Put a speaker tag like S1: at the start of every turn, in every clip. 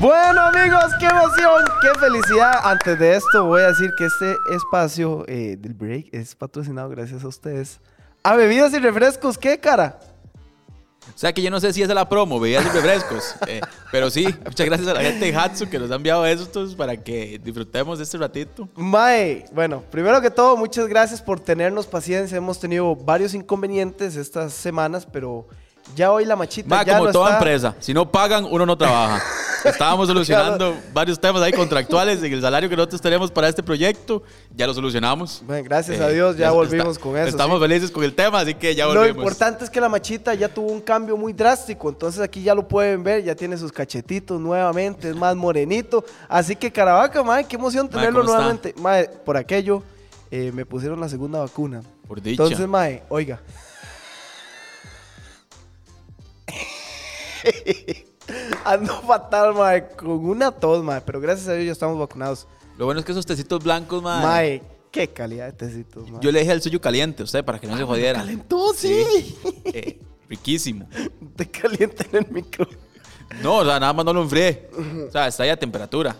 S1: Bueno amigos, qué emoción, qué felicidad. Antes de esto voy a decir que este espacio eh, del break es patrocinado gracias a ustedes. A bebidas y refrescos, ¿qué cara?
S2: O sea que yo no sé si esa es la promo, bebidas y refrescos. Eh, pero sí, muchas gracias a la gente de Hatsu que nos ha enviado estos para que disfrutemos de este ratito.
S1: Mae, bueno, primero que todo, muchas gracias por tenernos paciencia. Hemos tenido varios inconvenientes estas semanas, pero ya hoy la machita
S2: Ma,
S1: Este ya
S2: como
S1: no
S2: toda
S1: está.
S2: empresa, si no pagan, uno no trabaja. Estábamos solucionando varios temas ahí contractuales en el salario que nosotros tenemos para este proyecto. Ya lo solucionamos.
S1: Bueno, gracias
S2: Eh,
S1: a Dios ya
S2: está-
S1: volvimos con eso.
S2: Estamos
S1: sí.
S2: felices con el tema, así que ya
S1: Lo
S2: volvimos.
S1: importante es que la machita ya tuvo un cambio muy drástico, entonces aquí ya lo pueden ver, ya tiene sus cachetitos nuevamente, es más morenito. Así que Caravaca, madre, qué emoción tenerlo
S2: ¿cómo está?
S1: nuevamente. Madre, por aquello eh, me pusieron la segunda vacuna.
S2: Por dicha.
S1: Entonces, madre, oiga. Ando fatal, madre, con una tos, madre, pero gracias a Dios ya estamos vacunados.
S2: Lo bueno es que esos tecitos blancos, madre.
S1: Madre, qué calidad de tecitos, madre.
S2: Yo le dije el suyo caliente a usted para que no se
S1: Ah,
S2: jodiera.
S1: Entonces,
S2: Eh, riquísimo.
S1: te calientan el micro.
S2: No, o sea, nada más no lo enfrié. O sea, está ahí a temperatura.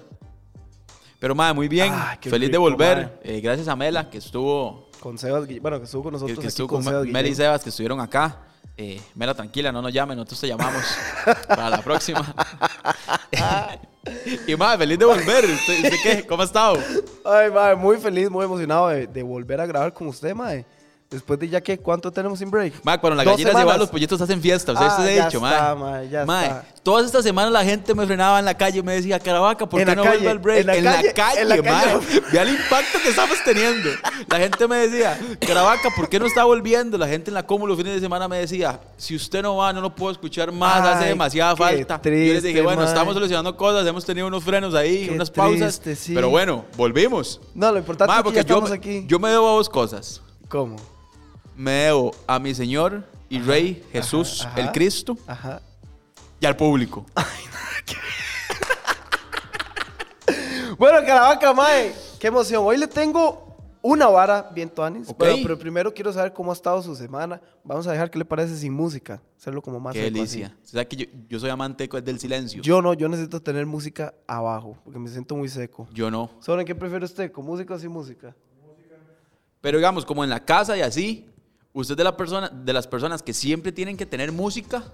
S2: Pero, madre, muy bien.
S1: Ah, qué
S2: Feliz de
S1: rico,
S2: volver.
S1: madre.
S2: Eh, gracias a Mela, que estuvo,
S1: Con Sebas Guille- bueno, que estuvo con
S2: que,
S1: nosotros
S2: que
S1: aquí
S2: estuvo
S1: con
S2: con
S1: Sebas
S2: Ma- Mela y
S1: Guillén.
S2: Sebas, que estuvieron acá. Eh, Mela, tranquila, no nos llamen, nosotros te llamamos para la próxima. y, madre, feliz de volver. ¿Usted, usted qué? ¿Cómo ha estado?
S1: Ay, mae, muy feliz, muy emocionado de, de volver a grabar con usted, mae. Después de ya que, ¿cuánto tenemos sin break?
S2: Mac, cuando la
S1: Dos
S2: gallina se va,
S1: semanas.
S2: los pollitos hacen fiesta. Usted
S1: Ah,
S2: se
S1: ya
S2: ha dicho,
S1: está,
S2: mae.
S1: mae, ya
S2: Mae,
S1: está.
S2: Todas estas semanas la gente me frenaba en la calle y me decía, Caravaca, ¿por
S1: En
S2: qué
S1: la
S2: no
S1: calle,
S2: vuelve al break?
S1: en la calle, en la
S2: mae.
S1: calle.
S2: Vea el impacto que estamos teniendo. La gente me decía, Caravaca, ¿por qué no está volviendo? La gente en la Cómo los fines de semana me decía, si usted no va, no lo puedo escuchar más, hace
S1: Ay,
S2: demasiada
S1: qué
S2: falta. Yo les
S1: triste,
S2: dije, bueno,
S1: mae.
S2: estamos solucionando cosas, hemos tenido unos frenos ahí,
S1: Qué
S2: unas pausas.
S1: triste, sí.
S2: Pero bueno, volvimos.
S1: No, lo importante
S2: Mae,
S1: es que ya
S2: porque yo,
S1: estamos aquí.
S2: yo me debo a dos cosas
S1: ¿Cómo?
S2: me debo a mi Señor y Rey Jesús,
S1: ajá. Ah,
S2: el Cristo,
S1: Ajá.
S2: y al público.
S1: Bueno, Caravaca, mae, qué emoción. Hoy le tengo una vara bien tuanis.
S2: Ok.
S1: Bueno, pero primero quiero saber cómo ha estado su semana. Vamos a dejar qué le parece sin música. Hacerlo como más
S2: Qué
S1: seco, así.
S2: delicia. O sea que yo, yo soy amante del silencio.
S1: pues Yo no, yo necesito tener música abajo, porque me siento muy seco.
S2: Yo no.
S1: ¿Sobre qué prefiere usted, con música o sin música?
S2: Pero digamos, como en la casa y así, usted es de, la persona, de las personas que siempre tienen que tener música,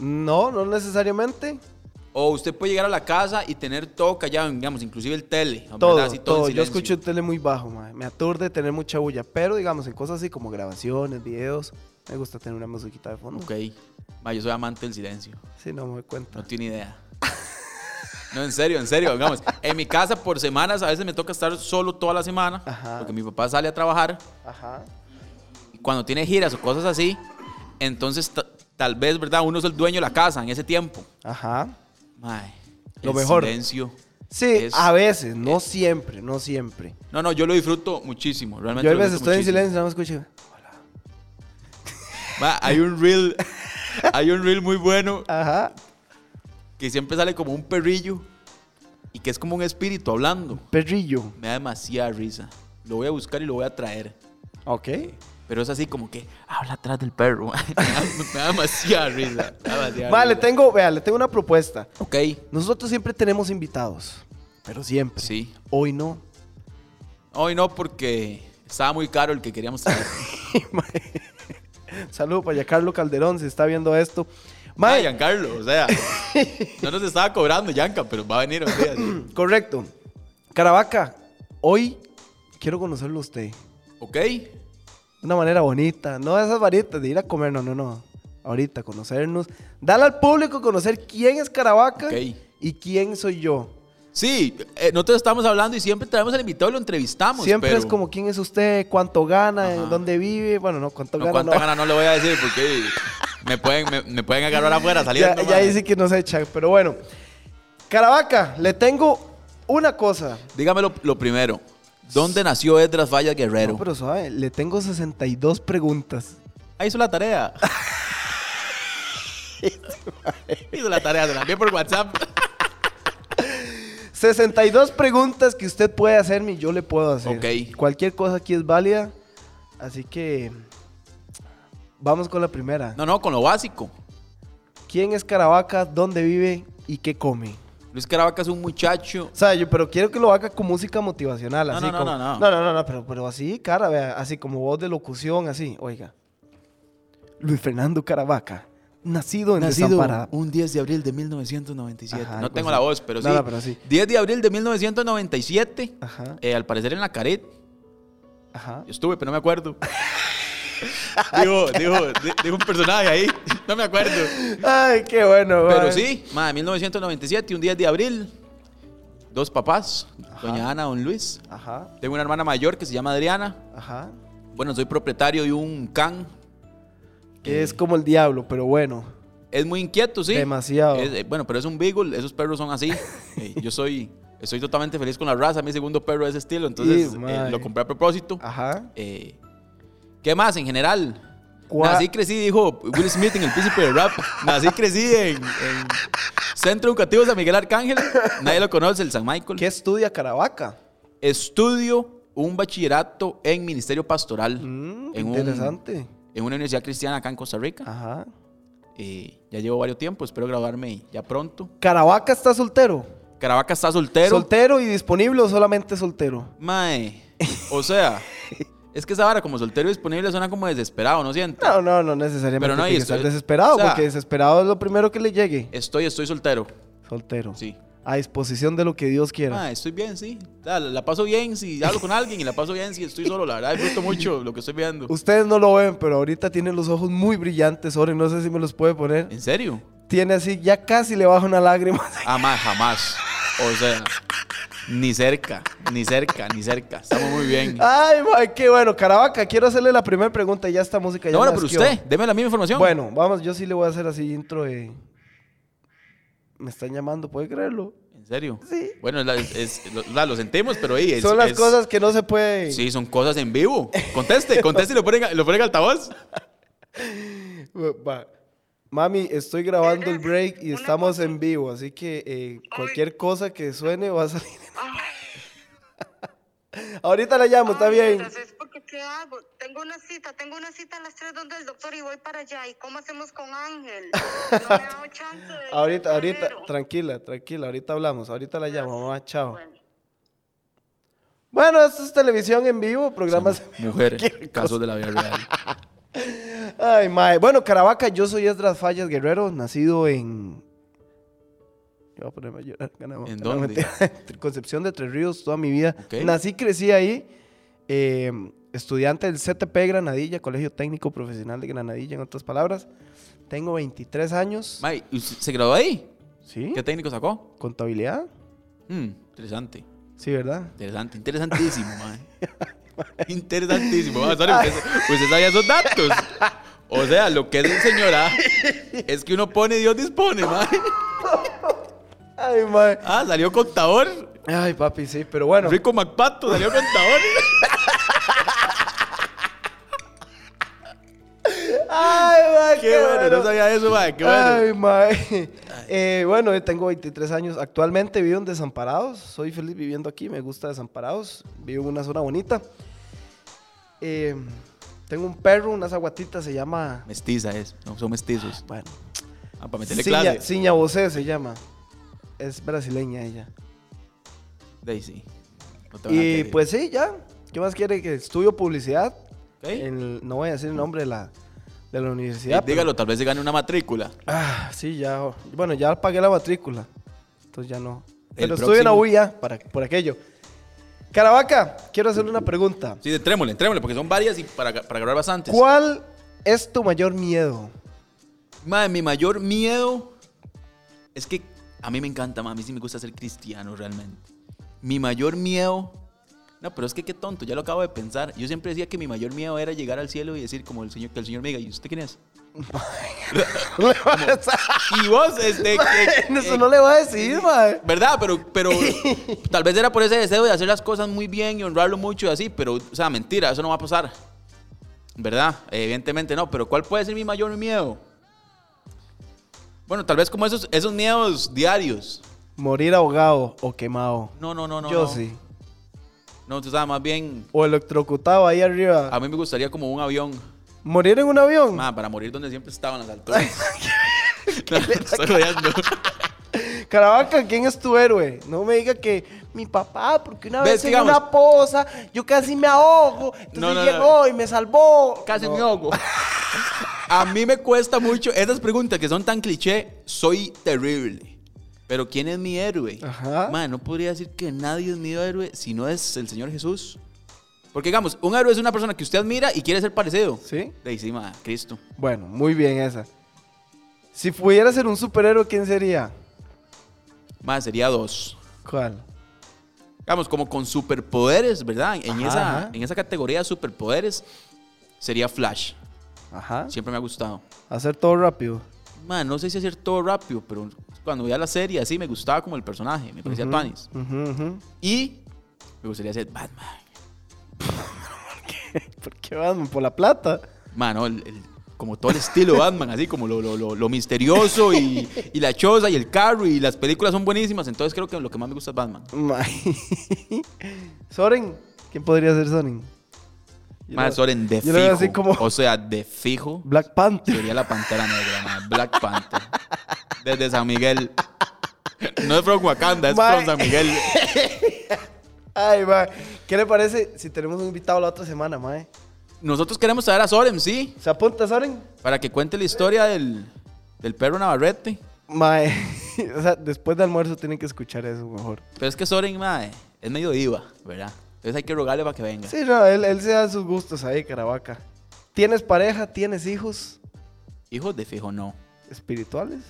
S1: No, no necesariamente.
S2: o usted puede llegar a la casa y tener todo callado, digamos, inclusive el tele. ¿verdad?
S1: Todo,
S2: Así, en
S1: todo. Yo
S2: silencio.
S1: escucho el tele muy bajo, mae. me aturde tener mucha bulla, pero digamos en cosas así como grabaciones, videos, me gusta tener una musiquita de fondo.
S2: Ok. Ah. Ma, yo soy amante del silencio.
S1: Sí, no me doy cuenta.
S2: No tiene idea. No, en serio, en serio, digamos. En mi casa por semanas a veces me toca estar solo toda la semana,
S1: Ajá.
S2: porque mi papá sale a trabajar.
S1: Ajá.
S2: y cuando tiene giras o cosas así, entonces ta- tal vez, ¿verdad? Uno es el dueño de la casa en ese tiempo.
S1: Ajá.
S2: Mae,
S1: Lo
S2: el
S1: mejor.
S2: silencio.
S1: Sí,
S2: Es- eh,
S1: a veces, no siempre, no siempre.
S2: No, no, yo lo disfruto muchísimo. Realmente
S1: Yo a
S2: lo
S1: veces
S2: disfruto
S1: estoy en
S2: muchísimo.
S1: silencio, no me escucho.
S2: Mae, hay un reel, hay un reel muy bueno
S1: Ajá.
S2: que siempre sale como un perrillo y que es como un espíritu hablando.
S1: Perrillo.
S2: Me da demasiada risa. Lo voy a buscar y lo voy a traer.
S1: Ok.
S2: Pero es así como que habla atrás del perro. mae. me, da, me da demasiada risa. me da demasiada
S1: Vale,
S2: risa.
S1: tengo, vea, le tengo una propuesta.
S2: Ok,
S1: Nosotros siempre tenemos invitados, pero siempre.
S2: sí.
S1: Hoy no.
S2: Hoy no porque estaba muy caro el que queríamos traer.
S1: Saludos para Giancarlo Calderón, si está viendo esto.
S2: Mae,
S1: Mae,
S2: Ah, Giancarlo, o sea, no nos estaba cobrando Yanka, pero va a venir un día. sí.
S1: Correcto. Caravaca, hoy quiero conocerlo a usted.
S2: ¿Ok?
S1: De una manera bonita. No esas varitas de ir a comer, no, no, no. Ahorita, conocernos. Dale al público conocer quién es Caravaca
S2: Ok.
S1: y quién soy yo.
S2: Sí, eh, nosotros estamos hablando y siempre traemos al invitado y lo entrevistamos.
S1: Siempre
S2: pero-
S1: es como quién es usted, cuánto gana, en
S2: Ajá.
S1: dónde vive. Bueno, no, cuánto
S2: No,
S1: gana.
S2: cuánta
S1: no.
S2: gana no le voy a decir porque me pueden, me, me pueden agarrar afuera
S1: ya,
S2: saliendo.
S1: ya
S2: mae.
S1: dice que nos echa, pero bueno. Caravaca, le tengo una cosa.
S2: Dígame lo, lo primero. ¿Dónde nació Edras Valla Guerrero?
S1: No, pero suave, le tengo 62 preguntas.
S2: Ah, hizo la tarea. hizo la tarea, se la envié por WhatsApp.
S1: 62 preguntas que usted puede hacerme y yo le puedo hacer.
S2: Ok.
S1: Cualquier cosa aquí es válida. Así que vamos con la primera.
S2: No, no, con lo básico.
S1: ¿Quién es Caravaca? ¿Dónde vive? ¿Y qué come?
S2: Luis Caravaca es un muchacho.
S1: O sea, yo, pero quiero que lo haga con música motivacional,
S2: No,
S1: así
S2: no, no,
S1: como...
S2: no, no.
S1: no, no, no, pero, pero así, cara, vea, así como voz de locución, así, oiga. Luis Fernando Caravaca, nacido en Desamparada.
S2: un 10 de abril de 1997.
S1: Ajá,
S2: no
S1: algo
S2: tengo
S1: así.
S2: la voz, pero sí.
S1: No, no, pero sí.
S2: 10 de abril de 1997.
S1: Ajá,
S2: eh, al parecer en la Caret.
S1: ajá.
S2: Yo estuve, pero no me acuerdo. digo, digo, di- digo un personaje ahí. No me acuerdo.
S1: Ay, qué bueno,
S2: Pero
S1: mae.
S2: sí, madre, 1997, un 10 de abril. Dos papás, doña Ana, don Luis.
S1: Ajá,
S2: Tengo una hermana mayor que se llama Adriana.
S1: ajá.
S2: Bueno, soy propietario de un can.
S1: Que es como el diablo, pero bueno.
S2: Es muy inquieto, sí.
S1: Demasiado.
S2: Es- eh, bueno, pero es un beagle, esos perros son así. Eh, yo soy, estoy totalmente feliz con la raza, mi segundo perro de ese estilo, entonces
S1: Y,
S2: eh,
S1: mae. Ah.
S2: lo compré a propósito.
S1: Ajá.
S2: Eh, ¿Qué más en general?
S1: Cua-
S2: Nací y crecí, dijo Will Smith en El Príncipe de Rap. Nací y crecí en, en Centro Educativo San Miguel Arcángel. Nadie lo conoce, el San Michael.
S1: ¿Qué estudia Caravaca?
S2: Estudio un bachillerato en Ministerio Pastoral.
S1: Mm, qué
S2: en un-
S1: interesante. Ah.
S2: en una universidad cristiana acá en Costa Rica.
S1: Ajá.
S2: Eh, ya llevo varios tiempos, espero graduarme ya pronto.
S1: ¿Caravaca está soltero?
S2: Caravaca está soltero.
S1: ¿Soltero y disponible o solamente soltero?
S2: Mae, o sea, es que esa vara como soltero disponible suena como desesperado, ¿no siento?
S1: No, no, no necesariamente.
S2: Pero no, y
S1: tiene que
S2: esto-
S1: estar desesperado,
S2: o sea-
S1: porque desesperado es lo primero que le llegue.
S2: Estoy, estoy soltero.
S1: Soltero.
S2: Eh, Sí.
S1: A disposición de lo que Dios quiera.
S2: Mae, estoy bien, sí. La, la paso bien si hablo con alguien y la paso bien si estoy solo. La verdad, disfruto mucho lo que estoy viendo.
S1: Ustedes no lo ven, pero ahorita tiene los ojos muy brillantes, Ore. No sé si me los puede poner.
S2: ¿En serio?
S1: Tiene así, ya casi le baja una lágrima.
S2: Ah, mae, jamás. O sea, ni cerca, ni cerca, ni cerca. Estamos muy bien.
S1: Ay, mae, qué bueno. Caravaca, quiero hacerle la primera pregunta. y Ya esta música ya
S2: No, bueno,
S1: me
S2: pero
S1: asqueó.
S2: usted, deme la misma información.
S1: Bueno, vamos, yo sí le voy a hacer así intro de... Me están llamando, ¿puede creerlo?
S2: ¿En serio?
S1: Sí.
S2: Bueno, la- es- lo, la- lo sentimos, pero ahí es-
S1: Son las
S2: es-
S1: cosas que no se puede...
S2: Sí, son cosas en vivo. Conteste, conteste y lo ponen, a- lo ponen en altavoz.
S1: Uh, Va. Mami, estoy grabando el break y estamos en vivo, así que eh, cualquier cosa que suene va a salir. Ahorita la llamo, está
S3: Ay,
S1: bien.
S3: entonces, porque, ¿qué hago? Tengo una cita, tengo una cita a las 3 donde el doctor y voy para allá. ¿Y cómo hacemos con Ángel? No me ha dado chance. de-
S1: Ahorita, ahorita,
S3: Pero-
S1: tranquila, tranquila, ahorita hablamos, ahorita la llamo, mamá, chao.
S3: Bueno.
S1: Bueno, esto es televisión en vivo, programas.
S2: Mujer, casos de la vida real.
S1: Ay, mae. Bueno, Caravaca, yo soy Esdras Fallas Guerrero, nacido en. Yo voy a ponerme a llorar, ganaba-
S2: ¿En
S1: ganaba
S2: dónde?
S1: mentira. Concepción de Tres Ríos toda mi vida.
S2: Ok.
S1: Nací, crecí ahí. eh, estudiante del CTP Granadilla, Colegio Técnico Profesional de Granadilla, en otras palabras. Tengo 23 años.
S2: Mae, ¿y usted ¿se graduó ahí? ¿Mm?
S1: ¿Sí?
S2: ¿Qué técnico sacó?
S1: ¿Contabilidad?
S2: Mm, interesante,
S1: Sí, ¿verdad?
S2: interesante, interesantísimo, mae. Interesantísimo. Vamos a ver, usted, usted sabía esos datos. O sea, lo que es el señora es que uno pone y Dios dispone, mae.
S1: Ay, mae.
S2: Ah, salió contador.
S1: Ay, papi, sí, pero bueno.
S2: Rico MacPato salió contador.
S1: Ay, mae,
S2: Qué bueno, no sabía eso, mae. Qué bueno.
S1: Ay, mae. Eh, bueno, yo tengo 23 años. Actualmente vivo en Desamparados. Soy feliz viviendo aquí. Me gusta Desamparados. Vivo en una zona bonita. Eh, tengo un perro, unas aguatitas. Se llama.
S2: Mestiza es, no son mestizos.
S1: Bueno,
S2: Ah, para meterle
S1: Ciña,
S2: clase.
S1: Ciña Bosé se llama. Es brasileña ella.
S2: Daisy. No te van
S1: Y
S2: a querer.
S1: pues sí, ya. ¿Qué más quiere que estudio publicidad?
S2: Ok.
S1: en- no voy a decir el nombre de la, de la
S2: Sí,
S1: universidad. pero-
S2: dígalo, tal vez se gane una matrícula.
S1: Ah, sí, ya. o- Bueno, ya pagué la matrícula. Entonces ya no.
S2: El
S1: Pero estuve en la
S2: próximo-
S1: U ya para, por aquello. Caravaca, quiero hacerle una pregunta.
S2: Sí, entrémosle, entrémosle, porque son varias y para, para grabar bastantes.
S1: ¿Cuál es tu mayor miedo?
S2: Madre, mi mayor miedo es que a mí me encanta, ma, a mí sí me gusta ser cristiano realmente. Mi mayor miedo. No, pero es que qué tonto, ya lo acabo de pensar. Yo siempre decía que mi mayor miedo era llegar al cielo y decir como el señor, que el señor me diga, ¿y usted quién es? Y vos, este... que-
S1: Eso no le va a
S2: eh,
S1: decir, mae.
S2: ¿Verdad? Pero, pero tal vez era por ese deseo de hacer las cosas muy bien y honrarlo mucho y así, pero, o sea, mentira, eso no va a pasar. ¿Verdad? Evidentemente no, pero ¿cuál puede ser mi mayor miedo? Bueno, tal vez como esos, esos miedos diarios.
S1: Morir ahogado o quemado.
S2: No, no, no, no.
S1: Yo
S2: no.
S1: sí.
S2: No, tú sabes, más bien,
S1: O electrocutado ahí arriba.
S2: a mí me gustaría como un avión.
S1: ¿Morir en un avión?
S2: Más, para morir donde siempre estaban las alturas. No, estoy rodeando.
S1: Caravaca, ¿quién es tu héroe? No me diga que mi papá, porque una
S2: ¿Ves?
S1: vez en
S2: Digamos-
S1: una poza yo casi me ahogo. Entonces
S2: No, no, no.
S1: llegó y me salvó.
S2: Casi
S1: No.
S2: me ahogo. A mí me cuesta mucho esas preguntas que son tan cliché. Soy terrible. Pero ¿quién es mi héroe?
S1: Ajá.
S2: Mae, no podría decir que nadie es mi héroe si no es el Señor Jesús. Porque digamos, un héroe es una persona que usted admira y quiere ser parecido.
S1: Sí.
S2: De ahí sí, mae, Cristo.
S1: Bueno, muy bien esa. Si pudiera ser un superhéroe, ¿quién sería?
S2: Mae, sería dos.
S1: ¿Cuál?
S2: Digamos, como con superpoderes, ¿verdad? En,
S1: Ajá,
S2: esa,
S1: ajá.
S2: en esa categoría de superpoderes sería Flash.
S1: Ajá.
S2: Siempre me ha gustado.
S1: Hacer todo rápido.
S2: Mae, no sé si hacer todo rápido, pero cuando veía la serie así me gustaba como el personaje. Me parecía
S1: Ujú,
S2: panis.
S1: ujú, ujú.
S2: Y me gustaría ser Batman.
S1: ¿Por qué Batman? Por la plata.
S2: Mano, el- el- como todo el estilo Batman, así como lo, lo- lo- lo misterioso y, y la choza y el carro y las películas son buenísimas. Entonces creo que lo que más me gusta es Batman.
S1: Mae. Soren. ¿Quién podría ser Soren? Yo
S2: Más
S1: lo-
S2: Soren de
S1: yo lo veo
S2: fijo.
S1: así como-
S2: O sea, de fijo
S1: Black Panther.
S2: sería la pantera negra, ma, Black Panther. Desde San Miguel. No es from Wakanda, es
S1: Mae.
S2: from San Miguel.
S1: Ay, mae. ¿Qué le parece si tenemos un invitado la otra semana, mae?
S2: Nosotros queremos saber a Soren, sí,
S1: ¿Se apunta Soren?
S2: para que cuente la historia del, del perro Navarrete. eh.
S1: Mae. O sea, después de almuerzo tienen que escuchar eso mejor.
S2: Pero es que Soren, mae, es medio diva, ¿verdad? Entonces hay que rogarle para que venga.
S1: Sí, no, él, él se da sus gustos ahí, Caravaca. ¿Tienes pareja? ¿Tienes hijos
S2: Hijos de fijo, no.
S1: espirituales?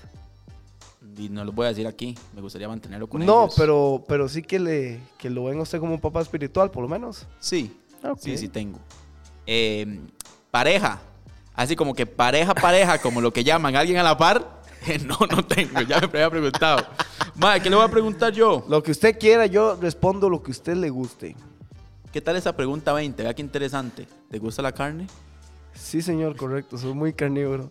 S2: Y no los voy a decir aquí. Me gustaría mantenerlo con
S1: no,
S2: ellos.
S1: pero pero sí que le que lo ven a usted como un papá espiritual, por lo menos.
S2: Sí,
S1: Ok.
S2: sí, sí tengo. Eh, pareja. Así como que pareja, pareja, como lo que llaman alguien a la par. Eh, No, no tengo. Ya me había preguntado. Mae, ¿qué le voy a preguntar yo?
S1: Lo que usted quiera, yo respondo lo que usted le guste.
S2: ¿Qué tal esa pregunta 20? Vea qué interesante. ¿Te gusta la carne?
S1: Sí, señor, correcto, soy muy carnívoro.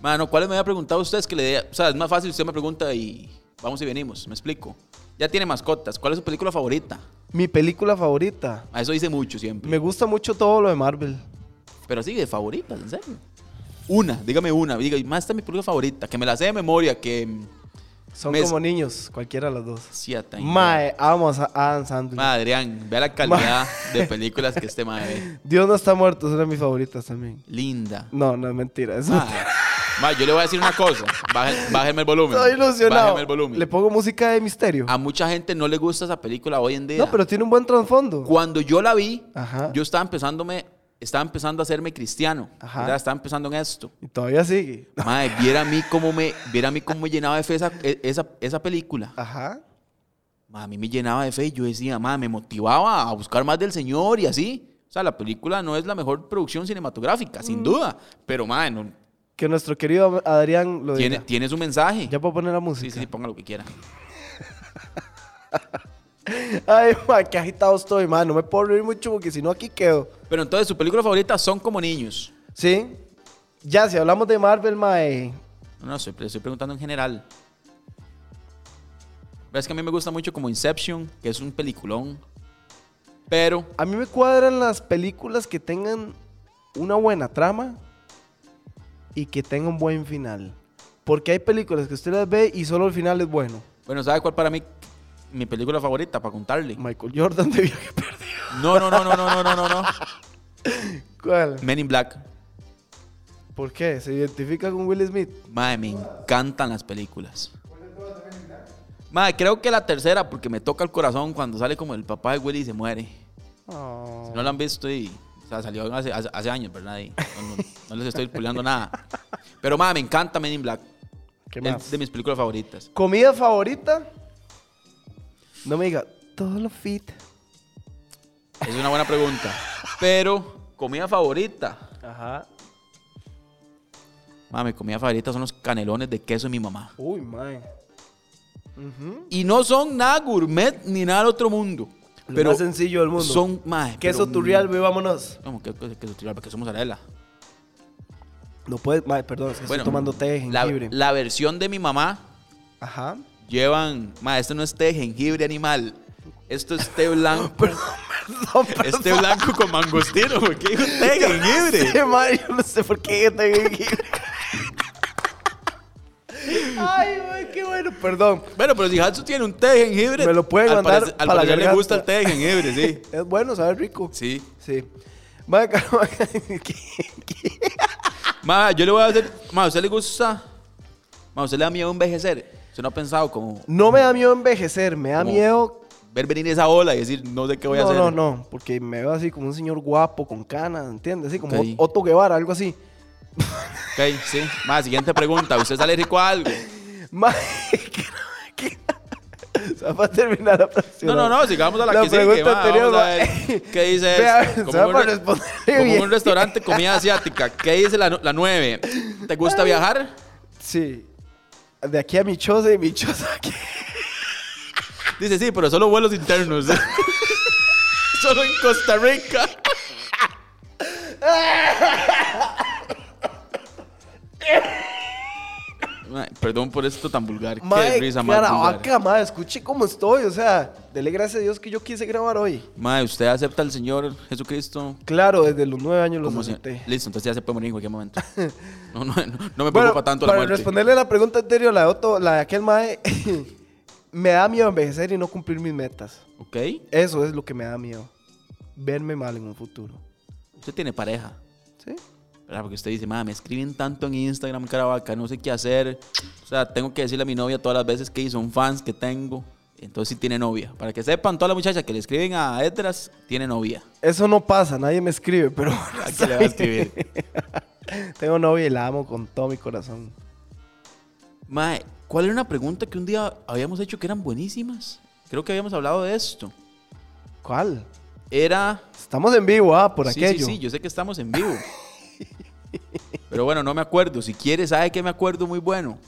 S2: Mano, ¿cuál me había preguntado a ustedes que le dé? O sea, es más fácil si usted me pregunta y vamos y venimos. Me explico. Ya tiene mascotas. ¿Cuál es su película favorita?
S1: Mi película favorita.
S2: A eso dice mucho siempre.
S1: Me gusta mucho todo lo de Marvel.
S2: Pero sí, de favoritas, en serio. Una, dígame una, diga, más esta es mi película favorita, que me la sé de memoria, que mm,
S1: Son
S2: Me-
S1: como niños, cualquiera de las dos.
S2: sí atañe.
S1: Mae, amo a Sa- Adam Sandler.
S2: Ma, Adrián, vea la calidad de películas que este mae ve.
S1: Dios no está muerto, es una de mis favoritas también.
S2: Linda.
S1: No, no es mentira. Eso
S2: Ma, ma, yo le voy a decir una cosa. Baje- Bájeme el volumen.
S1: Estoy ilusionado.
S2: Bájeme el volumen.
S1: Le pongo música de misterio.
S2: A mucha gente no le gusta esa película hoy en día.
S1: No, pero tiene un buen trasfondo.
S2: Cuando yo la vi,
S1: Ajá.
S2: yo estaba empezándome, estaba empezando a hacerme cristiano.
S1: Ajá.
S2: ¿verdad? Estaba empezando en esto.
S1: Y todavía sigue.
S2: Madre, viera a mí cómo me, viera a mí cómo me llenaba de fe esa, e, esa, esa película.
S1: Ajá.
S2: Ma, A mí me llenaba de fe y yo decía, ma, me motivaba a buscar más del Señor y así. O sea, la película no es la mejor producción cinematográfica,
S1: Mm.
S2: sin duda. Pero, madre, no-
S1: Que nuestro querido Adrián lo
S2: tiene,
S1: diga.
S2: tiene su mensaje.
S1: Ya puedo poner la
S2: Sí,
S1: música.
S2: sí, sí, ponga lo que quiera.
S1: Ay, ma, qué agitado estoy, ma. No me puedo reír mucho porque si no aquí quedo.
S2: Pero entonces, su película favorita son como niños.
S1: Sí. Ya, si hablamos de Marvel, ma, eh,
S2: No, no, estoy, estoy preguntando en general. Es que a mí me gusta mucho como Inception, que es un peliculón. Pero,
S1: a mí me cuadran las películas que tengan una buena trama y que tengan un buen final. Porque hay películas que usted las ve y solo el final es bueno.
S2: bueno, ¿sabe cuál para mí mi película favorita para contarle?
S1: Michael Jordan de viaje perdido.
S2: No, no, no, no, no, no, no, no.
S1: ¿Cuál?
S2: Men in Black.
S1: ¿Por qué? ¿Se identifica con Will Smith?
S2: Madre, me encantan las películas. Madre, creo que la tercera, porque me toca el corazón cuando sale como el papá de Willy y se muere.
S1: Oh.
S2: Si no la han visto y. O sea, salió hace, hace- hace años, ¿verdad? Y no, no- no les estoy peleando nada. Pero, madre, me encanta Men in Black.
S1: ¿Qué
S2: Es
S1: más?
S2: de mis películas favoritas.
S1: ¿Comida favorita? No me diga, todo lo fit.
S2: Es una buena pregunta. Pero, comida favorita.
S1: Ajá.
S2: Madre, mi comida favorita son los canelones de queso de mi mamá.
S1: Uy, mae.
S2: Y no son nada gourmet ni nada del otro mundo.
S1: Lo
S2: Pero
S1: más sencillo del mundo.
S2: son, madre.
S1: Queso turrial, ve, vámonos.
S2: Como que queso turrial, queso mozzarella.
S1: No puedes, mae, perdón, es que
S2: Bueno,
S1: estoy tomando té de
S2: La,
S1: jengibre.
S2: la versión de mi mamá
S1: Ajá.
S2: llevan. Ma, esto no es té de jengibre animal. Esto es té blanco.
S1: Perdón,
S2: es té blanco con mangostino. ¿Por qué digo té de jengibre?
S1: Sí, mae, yo no sé por qué té de jengibre. Ay, mae, qué bueno, perdón.
S2: Bueno, pero si Hatsu tiene un té de jengibre.
S1: Me lo pueden
S2: al
S1: mandar
S2: parecer- Al
S1: para la
S2: parecer le
S1: garganta.
S2: gusta el té de jengibre, sí.
S1: Es bueno, sabe rico.
S2: Sí.
S1: Sí. Mae, car- mae, ¿qué?
S2: Ma, yo le voy a hacer. Ma, ¿a usted le gusta? Ma, ¿a usted le da miedo envejecer? ¿Usted no ha pensado como
S1: no me da miedo envejecer, me da
S2: Como-
S1: miedo.
S2: ver venir esa ola y decir, no sé qué voy a
S1: No,
S2: hacer?
S1: no, no, porque me veo así como un señor guapo con canas, ¿entiendes? Así como
S2: Ok.
S1: Ot- Otto Guevara, algo así.
S2: Ok, sí. Ma, siguiente pregunta. ¿Usted es alérgico a algo?
S1: Mae, ¿qué- qué- O sea, para terminar la frase.
S2: No, no, no, sigamos a la, que sigue.
S1: pregunta
S2: ma,
S1: anterior,
S2: vamos a ver.
S1: mae.
S2: ¿Qué dice
S1: Vea,
S2: esto?
S1: se va
S2: un
S1: para
S2: re-
S1: responderle
S2: como
S1: bien.
S2: un restaurante de comida asiática. ¿Qué dice la, 9? ¿Te gusta viajar?
S1: Sí. De aquí a mi choza y mi choza aquí.
S2: Dice, sí, pero solo vuelos internos. solo en Costa Rica. Ay, Perdón por esto tan vulgar. Qué
S1: Mae,
S2: risa más vulgar.
S1: caravaca, mae, escuche cómo estoy, o sea, dele gracias a Dios que yo quise grabar hoy.
S2: Mae, ¿usted acepta al Señor Jesucristo?
S1: Claro, desde los nueve años los
S2: Como si-
S1: acepté.
S2: Listo, entonces ya se puede morir en cualquier momento. No, no, no, no me preocupa
S1: Bueno,
S2: tanto la
S1: para
S2: muerte.
S1: responderle la pregunta anterior, la de, Otto- la de aquel mae, me da miedo envejecer y no cumplir mis metas.
S2: Ok,
S1: Eso es lo que me da miedo. Verme mal en un futuro.
S2: usted tiene pareja.
S1: ¿Sí?
S2: ¿verdad? Porque usted dice, "Ma, me escriben tanto en Instagram, Caravaca, no sé qué hacer. O sea, tengo que decirle a mi novia todas las veces que son fans que tengo. Entonces sí tiene novia. Para que sepan, todas las muchachas que le escriben a Edras tiene novia.
S1: Eso no pasa, nadie me escribe, pero
S2: ¿A quién le va a escribir?
S1: tengo novia y la amo con todo mi corazón.
S2: Mae, ¿cuál era una pregunta que un día habíamos hecho que eran buenísimas? Creo que habíamos hablado de esto.
S1: ¿Cuál?
S2: Era...
S1: Estamos en vivo, ah, por
S2: sí,
S1: aquello.
S2: Sí, sí, yo sé que estamos en vivo. Pero bueno, no me acuerdo. Si quieres, sabe que me acuerdo muy bueno.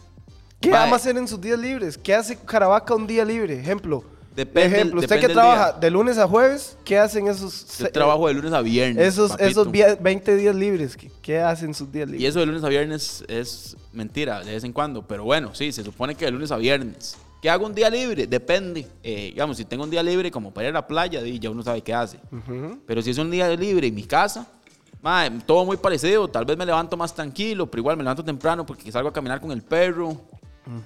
S1: ¿Qué
S2: Mae.
S1: ama hacer en sus días libres? ¿Qué hace Caravaca un día libre? Ejemplo.
S2: Depende-
S1: ejemplo, usted
S2: depende
S1: que
S2: del
S1: trabaja
S2: día.
S1: de lunes a jueves, ¿qué hacen esos
S2: Yo
S1: se-
S2: trabajo de lunes a viernes.
S1: esos
S2: papito.
S1: esos vie- 20 días libres? ¿Qué, qué hacen sus días
S2: Y
S1: libres?
S2: eso de lunes a viernes es mentira, de vez en cuando. Pero bueno, sí, se supone que de lunes a viernes. ¿Qué hago un día libre? Depende. Eh, digamos, si tengo un día libre como para ir a la playa, di, ya uno sabe qué hace.
S1: Ujú.
S2: Pero si es un día libre en mi casa, mae, todo muy parecido. Tal vez me levanto más tranquilo, pero igual me levanto temprano porque salgo a caminar con el perro.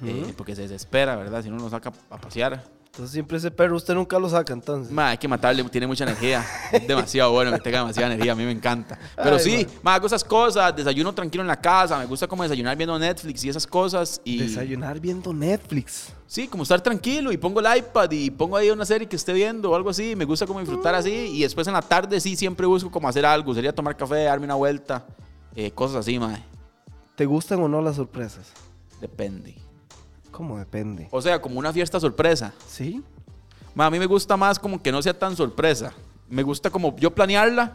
S2: eh, porque se desespera, ¿verdad? Si no lo saca a pasear.
S1: Entonces siempre ese perro usted nunca lo saca, entonces.
S2: Ma, hay que matarle, tiene mucha energía. Es demasiado bueno que tenga demasiada energía, a mí me encanta. Pero
S1: Ay,
S2: sí,
S1: man.
S2: ma, hago esas cosas, desayuno tranquilo en la casa, me gusta como desayunar viendo Netflix y esas cosas. Y,
S1: Desayunar viendo Netflix.
S2: Sí, como estar tranquilo y pongo el iPad y pongo ahí una serie que esté viendo o algo así, me gusta como disfrutar así. Y después en la tarde sí, siempre busco como hacer algo, sería tomar café, darme una vuelta, eh, cosas así, ma.
S1: ¿Te gustan o no las sorpresas?
S2: Depende.
S1: ¿Cómo depende?
S2: O sea, como una fiesta sorpresa.
S1: ¿Sí?
S2: Ma, a mí me gusta más como que no sea tan sorpresa. Me gusta como yo planearla,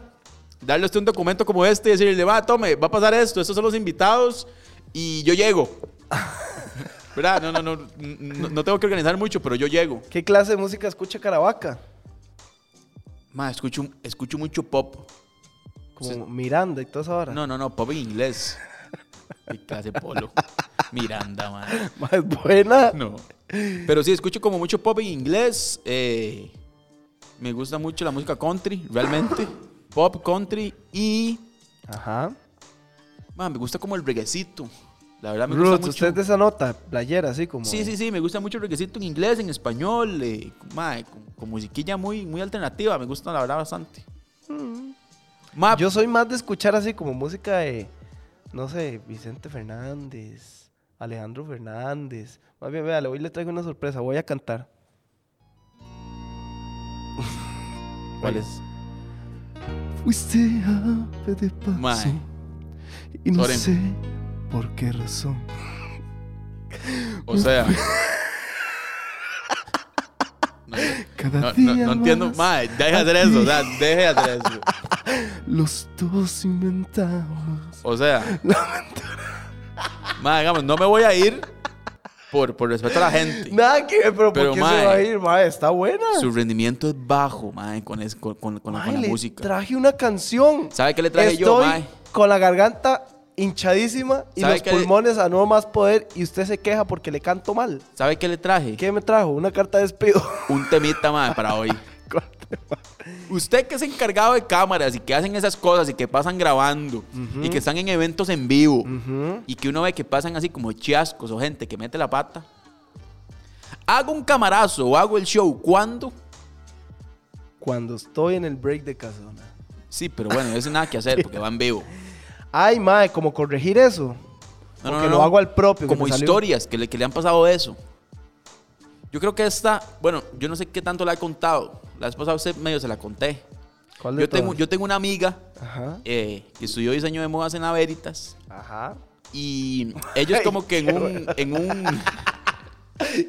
S2: darle a usted un documento como este y decirle, va, tome, va a pasar esto, estos son los invitados y yo llego. ¿Verdad? No, no, no, no, no tengo que organizar mucho, pero yo llego.
S1: ¿Qué clase de música escucha Caravaca?
S2: Ma, escucho, escucho mucho pop.
S1: Como
S2: Sí.
S1: Miranda y toda esa hora.
S2: No, no, no, pop en inglés. Y clase polo. Miranda, ma.
S1: Más buena.
S2: No. Pero sí, escucho como mucho pop en inglés. eh, me gusta mucho la música country, realmente. Pop, country y
S1: Ajá.
S2: Man, me gusta como el reguecito. La verdad me
S1: Ruth,
S2: gusta mucho.
S1: usted es de esa nota, playera, así como.
S2: Sí, sí, sí, me gusta mucho el reguecito en inglés, en español, eh, mae, con, con musiquilla muy, muy alternativa, me gusta la verdad bastante. Ma,
S1: Yo soy más de escuchar así como música de, no sé, Vicente Fernández, Alejandro Fernández. Más bien, vea, le voy- le traigo una sorpresa, voy a cantar.
S2: ¿cuál es?
S1: Fuiste ave de paso
S2: Mae.
S1: y no
S2: Oren.
S1: sé por qué razón.
S2: O sea, no,
S1: Cada
S2: no, no,
S1: día
S2: no entiendo,
S1: más
S2: mae, deje de hacer eso, o sea, deje de hacer eso.
S1: los dos inventamos.
S2: O sea, mae, digamos, no me voy a ir por, por respeto a la gente.
S1: Nada que ver, pero,
S2: Pero,
S1: ¿por qué
S2: mae,
S1: se va a ir, mae? Está buena.
S2: Su rendimiento es bajo, mae, con, es- con, con- con la- con
S1: Mae,
S2: la
S1: le
S2: música.
S1: Traje una canción.
S2: ¿Sabe qué le traje
S1: Estoy
S2: yo, mae?
S1: con la garganta hinchadísima y
S2: ¿Sabe
S1: los
S2: qué le-
S1: pulmones a no más poder y usted se queja porque le canto mal.
S2: ¿Sabe qué le traje?
S1: ¿Qué me trajo? Una carta de despido.
S2: Un temita más para hoy. Usted que es encargado de cámaras y que hacen esas cosas y que pasan grabando y que están en eventos en vivo y que uno ve que pasan así como chiascos o gente que mete la pata, Hago un camarazo o hago el show. ¿Cuándo?
S1: Cuando estoy en el break de casona.
S2: Sí, pero bueno, no es nada que hacer porque van vivo.
S1: Ay, mae, como corregir eso.
S2: No,
S1: Porque lo hago al propio, que
S2: Como
S1: me salió.
S2: historias que le, que le han pasado de eso. Yo creo que esta, bueno, yo no sé qué tanto la he contado. La vez pasada usted medio se la conté.
S1: ¿Cuál de
S2: Yo tengo,
S1: todas?
S2: yo tengo una amiga
S1: Ajá.
S2: eh, que estudió diseño de modas en la Veritas
S1: Ajá.
S2: y ellos como que en un, en un,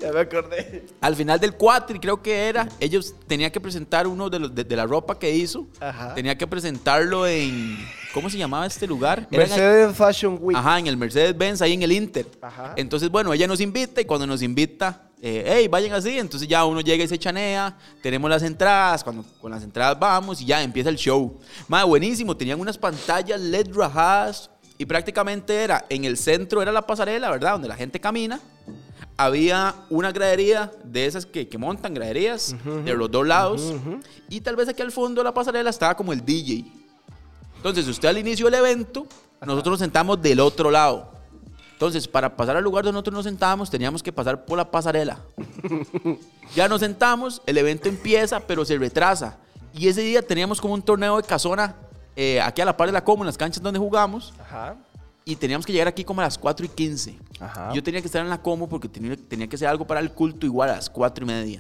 S1: ya me acordé.
S2: al final del cuatri creo que era, ellos tenían que presentar uno de, los, de, de la ropa que hizo,
S1: Ajá.
S2: tenía que presentarlo en, ¿cómo se llamaba este lugar? Era en el-
S1: Mercedes Fashion Week.
S2: Ajá, en el Mercedes-Benz, ahí en el Inter.
S1: Ajá.
S2: Entonces, bueno, ella nos invita y cuando nos invita, eh, hey, vayan así. Entonces ya uno llega y se chanea, tenemos las entradas, cuando con las entradas vamos y ya empieza el show. Madre, buenísimo, tenían unas pantallas LED rajadas y prácticamente era, en el centro era la pasarela, ¿verdad? Donde la gente camina. Había una gradería de esas que, que montan graderías de los dos lados. Y tal vez aquí al fondo de la pasarela estaba como el DJ. Entonces, usted al inicio del evento, nosotros nos sentamos del otro lado. Entonces, para pasar al lugar donde nosotros nos sentábamos, teníamos que pasar por la pasarela. ya nos sentamos, el evento empieza, pero se retrasa. Y ese día teníamos como un torneo de casona eh, aquí a la par de la Como, en las canchas donde jugamos.
S1: Ajá.
S2: Y teníamos que llegar aquí como a las 4 y 15.
S1: Ajá.
S2: Yo tenía que estar en la Como porque tenía, tenía que hacer algo para el culto igual a las 4 y media.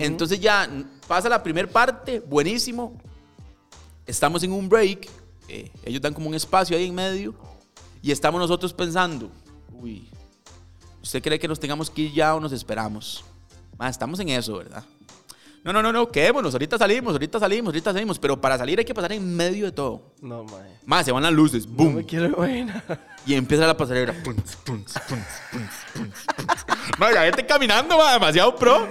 S2: Entonces ya n- pasa la primera parte, buenísimo. Estamos en un break. eh, ellos dan como un espacio ahí en medio. Y estamos nosotros pensando, uy, ¿usted cree que nos tengamos que ir ya o nos esperamos? Ma, estamos en eso, ¿verdad? No, no, no, no, quedémonos, ahorita salimos, ahorita salimos, ahorita salimos, pero para salir hay que pasar en medio de todo.
S1: No, mae.
S2: Más, se van las luces,
S1: No
S2: boom.
S1: me quiero imaginar.
S2: Y empieza la pasarela. Punts, punts, punts, punts, punts, punts. Madre, la gente caminando, va demasiado pro.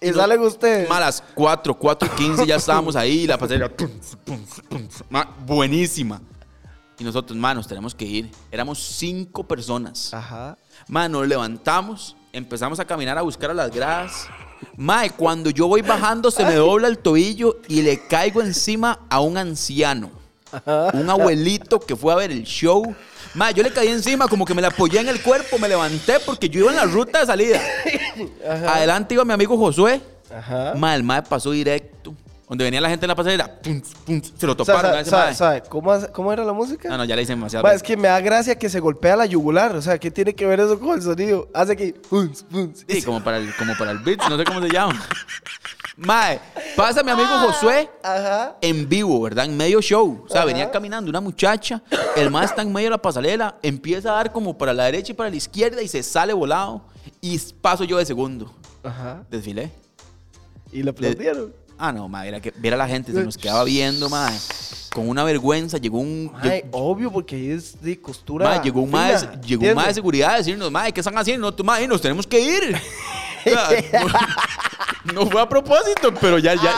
S1: ¿Y salen ustedes?
S2: Malas 4, 4 y 15 ya estábamos ahí. La pasarela. punts, punts, punts. Ma, buenísima. Y nosotros, manos, tenemos que ir. Éramos cinco personas.
S1: Ajá.
S2: Ma, nos levantamos, empezamos a caminar a buscar a las gradas. Mae, cuando yo voy bajando se me dobla el tobillo y le caigo encima a un anciano. Un abuelito que fue a ver el show. Mae, yo le caí encima, como que me la apoyé en el cuerpo, me levanté porque yo iba en la ruta de salida. Adelante iba mi amigo Josué.
S1: Ajá.
S2: Mae, el mae pasó directo. Donde venía la gente en la pasarela, pum, pum, se lo
S1: O sea,
S2: toparon.
S1: sabe-
S2: a ese
S1: sabe-
S2: mae. Ah,
S1: sabe, ¿Cómo, hace- ¿Cómo era la música?
S2: No, no, ya le hice demasiado.
S1: Ma, es que me da gracia que se golpea la yugular. O sea, ¿qué tiene que ver eso con el sonido? Hace que. Funs, funs.
S2: Sí, como para el, como para el beat, no sé cómo se llama. Mae, pasa mi amigo Josué
S1: Ajá.
S2: en vivo, ¿verdad? En medio show. O sea,
S1: Ajá.
S2: venía caminando una muchacha, el mae está en medio de la pasarela, empieza a dar como para la derecha y para la izquierda y se sale volado. Y paso yo de segundo.
S1: Ajá.
S2: Desfilé.
S1: Y le aplaudieron.
S2: Ah, no, mae, era que viera la gente, se nos quedaba viendo, mae. Con una vergüenza, llegó un.
S1: Mae,
S2: lleg-
S1: obvio, porque ahí es de costura.
S2: Mae, llegó un
S1: fina,
S2: mae, llegó un mae de
S1: ¿entiendes?
S2: seguridad a decirnos, mae, ¿qué están haciendo? No, tú, mae, nos tenemos que ir. O sea, no, no fue a propósito, pero ya,
S1: Ay,
S2: ya,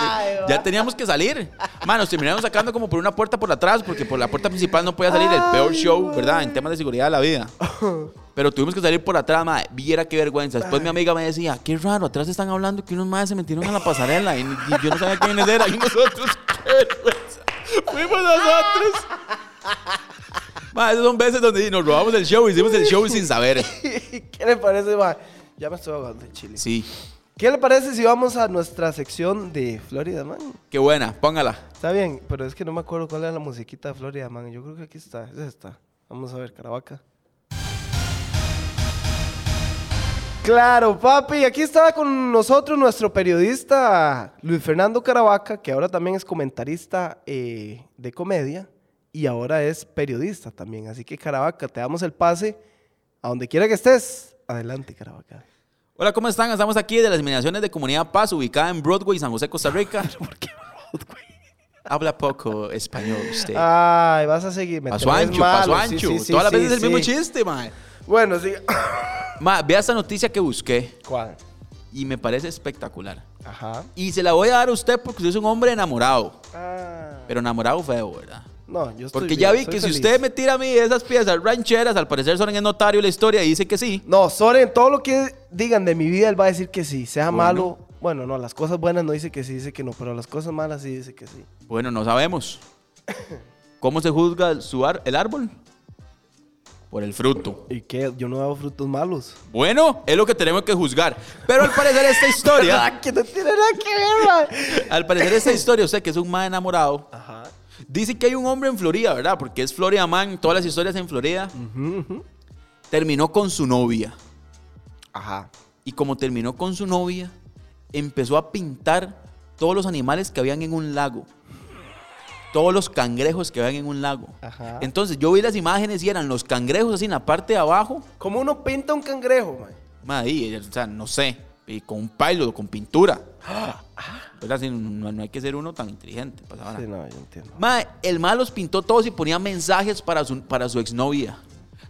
S1: va.
S2: ya teníamos que salir. Mae, nos terminaron sacando como por una puerta por atrás, porque por la puerta principal no podía salir el peor
S1: Ay,
S2: show,
S1: mae.
S2: ¿verdad? En temas de seguridad de la vida. Pero tuvimos que salir por atrás, mae. Viera qué vergüenza. Después mi amiga me decía, qué raro, atrás están hablando que unos maes se metieron a la pasarela. Y, y yo no sabía quiénes eran. Y nosotros, qué vergüenza. Fuimos nosotros. Ma, esas son veces donde nos robamos el show, hicimos el show sin saber.
S1: ¿Qué le parece, mae? Ya me estoy ahogando en chile.
S2: Sí,
S1: ¿Qué le parece si vamos a nuestra sección de Florida Man?
S2: qué buena, póngala.
S1: Está bien, pero es que no me acuerdo cuál era la musiquita de Florida Man. Yo creo que aquí está. Esa está. Vamos a ver, Caravaca. Claro, papi. Aquí está con nosotros nuestro periodista Luis Fernando Caravaca, que ahora también es comentarista eh, de comedia y ahora es periodista también. Así que, Caravaca, te damos el pase a donde quiera que estés. Adelante, Caravaca.
S2: Hola, ¿cómo están? Estamos aquí de las inmediaciones de Comunidad Paz, ubicada en Broadway, San José, Costa Rica. Habla poco español usted.
S1: Ay, vas a seguir. Ah, me
S2: Paso
S1: tenés
S2: ancho,
S1: malo.
S2: paso
S1: Sí,
S2: ancho.
S1: sí, sí,
S2: Todas las
S1: sí,
S2: veces es el mismo
S1: sí.
S2: chiste, ma.
S1: Bueno, sí.
S2: Ma, vea esta noticia que busqué
S1: ¿Cuál?
S2: y me parece espectacular.
S1: Ajá.
S2: Y se la voy a dar a usted porque usted es un hombre enamorado.
S1: Ah.
S2: Pero enamorado feo, ¿verdad?
S1: No, yo estoy
S2: Porque
S1: bien,
S2: ya vi
S1: soy
S2: que si
S1: feliz.
S2: usted me tira a mí esas piezas rancheras, al parecer son en el notario la historia y dice que sí.
S1: No, Soren, todo lo que digan de mi vida, él va a decir que sí. Sea
S2: Bueno.
S1: malo. Bueno, no, las cosas buenas no dice que sí, dice que no. Pero las cosas malas sí dice que sí.
S2: Bueno, no sabemos. ¿Cómo se juzga su ar- el árbol? por el fruto.
S1: ¿Y qué? Yo no hago frutos malos.
S2: Bueno, es lo que tenemos que juzgar. Pero al parecer esta historia,
S1: Ah, que no tiene nada que ver, mae.
S2: al parecer esta historia, usted que es un más enamorado,
S1: Ajá.
S2: dice que hay un hombre en Florida, ¿verdad? Porque es Florida Man, todas las historias en Florida.
S1: Ujú, ujú.
S2: Terminó con su novia.
S1: Ajá.
S2: Y como terminó con su novia, empezó a pintar todos los animales que habían en un lago. Todos los cangrejos que habían en un lago.
S1: Ajá.
S2: Entonces yo vi las imágenes y eran los cangrejos así en la parte de abajo.
S1: ¿Cómo uno pinta un cangrejo, mae?
S2: Madre, y, o sea, no sé. Y con un palo, con pintura. ¿Verdad? Sí, no, no hay que ser uno tan inteligente. para esa vara.
S1: Sí, no, yo entiendo.
S2: Mae, el mae los pintó todos y ponía mensajes para su, para su exnovia.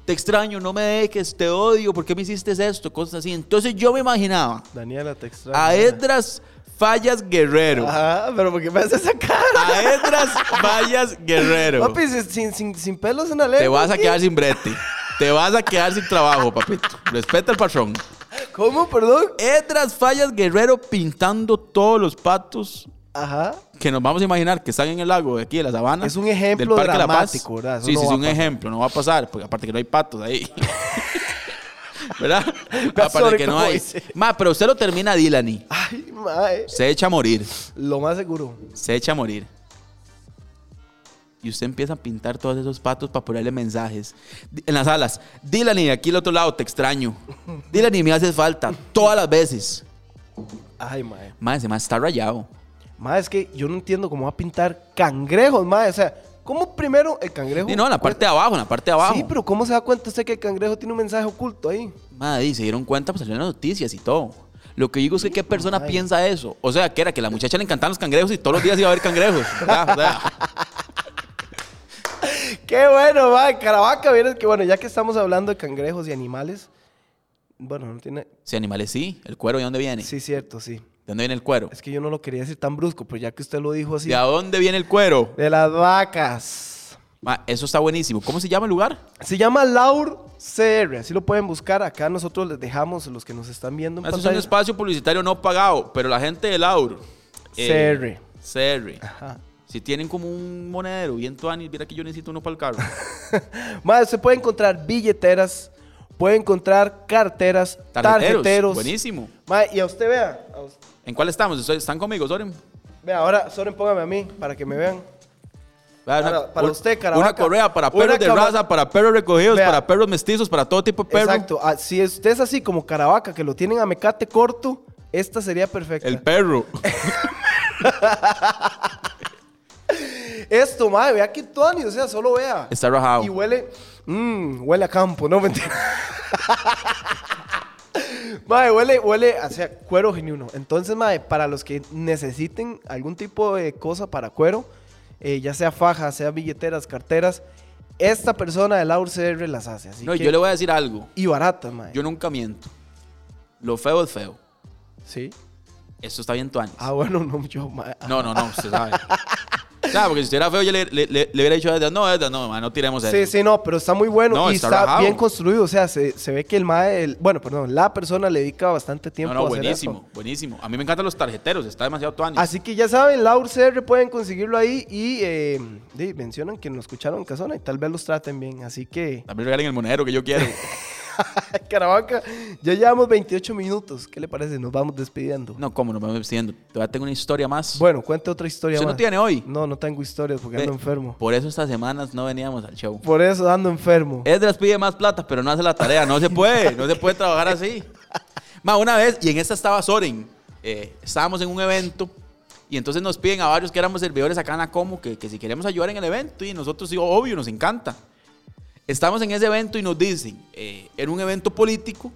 S2: Te extraño, no me dejes, te odio, ¿por qué me hiciste esto? Cosas así. Entonces yo me imaginaba
S1: Daniela, te extraño.
S2: a Edras Fallas Guerrero.
S1: Ajá, pero porque me haces esa cara?
S2: A Edras Fallas Guerrero.
S1: Papi, si- sin, sin, sin pelos en la lengua.
S2: Te vas a
S1: ¿qué?
S2: quedar sin brete. Te vas a quedar sin trabajo, papito. Respeta al patrón.
S1: ¿Cómo, perdón?
S2: Edras Fallas Guerrero pintando todos los patos
S1: Ajá.
S2: que nos vamos a imaginar que están en el lago de aquí de la sabana.
S1: Es un ejemplo dramático, ¿verdad? Eso
S2: sí,
S1: no
S2: sí, es
S1: va a
S2: un
S1: pasar.
S2: ejemplo, no va a pasar, porque aparte que no hay patos ahí. ¿Verdad?
S1: That's
S2: aparte que no
S1: what I
S2: hay.
S1: say.
S2: Ma, pero usted lo termina Dilani.
S1: Ay, mae.
S2: Se echa a morir,
S1: Lo más seguro.
S2: se echa a morir. Y usted empieza a pintar todos esos patos para ponerle mensajes. Di- En las alas, Dilani, aquí al otro lado, te extraño. Dilani, me haces falta, todas las veces.
S1: Ay, mae.
S2: Madre, se me está rayado.
S1: Mae, es que yo no entiendo cómo va a pintar cangrejos, mae. O sea, ¿cómo primero el cangrejo?
S2: Y no, en la parte de abajo, en la parte de abajo.
S1: Sí, pero ¿cómo se da cuenta usted que el cangrejo tiene un mensaje oculto ahí?
S2: Madre, y se dieron cuenta, pues salieron las noticias y todo. Lo que digo es que qué persona
S1: madre.
S2: piensa eso. O sea, que era que a la muchacha le encantaban los cangrejos y todos los días iba a haber cangrejos. ¿verdad? O sea,
S1: Qué bueno, mae. Caravaca, vieron que bueno, ya que estamos hablando de cangrejos y animales. Bueno, no tiene.
S2: si animales sí, el cuero, ¿de dónde viene?
S1: Sí, cierto, sí.
S2: ¿De dónde viene el cuero?
S1: Es que yo no lo quería decir tan brusco, pero ya que usted lo dijo así.
S2: ¿De a dónde viene el cuero?
S1: De las vacas.
S2: Ma, eso está buenísimo. ¿Cómo se llama el lugar?
S1: Se llama Laur CR, así lo pueden buscar. Acá nosotros les dejamos los que nos están viendo en
S2: Eso es un
S1: pantalla.
S2: espacio publicitario no pagado, pero la gente de Lauro. eh, CR.
S1: Ajá.
S2: Si tienen como un monedero bien tuanis, mira que yo necesito uno para el carro.
S1: Más, se puede encontrar billeteras, puede encontrar carteras,
S2: Tarjeteros,
S1: tarjeteros.
S2: buenísimo.
S1: Mae, y a usted vea, a us-
S2: ¿En cuál estamos? ¿Están conmigo, Soren?
S1: vea, ahora Soren póngame a mí para que me vean.
S2: Vea,
S1: Para- para
S2: un-
S1: usted,
S2: Una
S1: Caravaca.
S2: correa para
S1: Una
S2: perros de
S1: cama-
S2: raza, para perros recogidos,
S1: Vea.
S2: para perros mestizos, para todo tipo de perros.
S1: Exacto, ah, si usted es así como Caravaca, que lo tienen a mecate corto, esta sería perfecta.
S2: El perro.
S1: Esto, mae, vea que Tony, o sea, solo vea.
S2: Está rajado.
S1: Y huele, mmm, huele a campo, no mentira. Mae, huele, huele hacia cuero genuino. Entonces, mae, para los que necesiten algún tipo de cosa para cuero, eh, ya sea faja, sea billeteras, carteras, esta persona del AUCR las hace. Así
S2: No,
S1: que-
S2: yo le voy a decir algo.
S1: Y baratas, mae.
S2: Yo nunca miento. Lo feo es feo.
S1: Sí.
S2: Esto está bien tuanis.
S1: Ah, bueno, no, yo, mae.
S2: No, no, no, usted sabe. Claro, porque si estuviera feo, yo le, le- le- le hubiera dicho a Edda, no, Edda, no, ma, no tiremos eso.
S1: Sí, sí, no, pero está muy bueno
S2: No,
S1: y
S2: está
S1: está,
S2: rajado.
S1: bien construido. O sea, se, se ve que el mae, el- bueno, perdón, la persona le dedica bastante tiempo
S2: No, no,
S1: a hacer eso.
S2: buenísimo, buenísimo. A mí me encantan los tarjeteros, está demasiado tuanis.
S1: Así que ya saben, Laur CR pueden conseguirlo ahí y eh, di, mencionan que nos escucharon en Casona y tal vez los traten bien. Así que,
S2: También regalen el monedero que yo quiero.
S1: Caravaca, ya llevamos 28 minutos. ¿Qué le parece? Nos vamos despidiendo.
S2: No, cómo, no me voy diciendo. Todavía tengo una historia más.
S1: Bueno, cuente otra historia.
S2: ¿Usted no
S1: más.
S2: tiene hoy?
S1: No, no tengo historias porque ando
S2: Ve,
S1: enfermo.
S2: Por eso estas semanas no veníamos al show.
S1: Por eso ando enfermo.
S2: Edras pide más plata, pero no hace la tarea. No se puede, no se puede trabajar así. Más una vez, y en esta estaba Soren, eh, estábamos en un evento y entonces nos piden a varios que éramos servidores acá en la Como que, que si queremos ayudar en el evento y nosotros sí, obvio, nos encanta. Estamos en ese evento y nos dicen, eh, era un evento político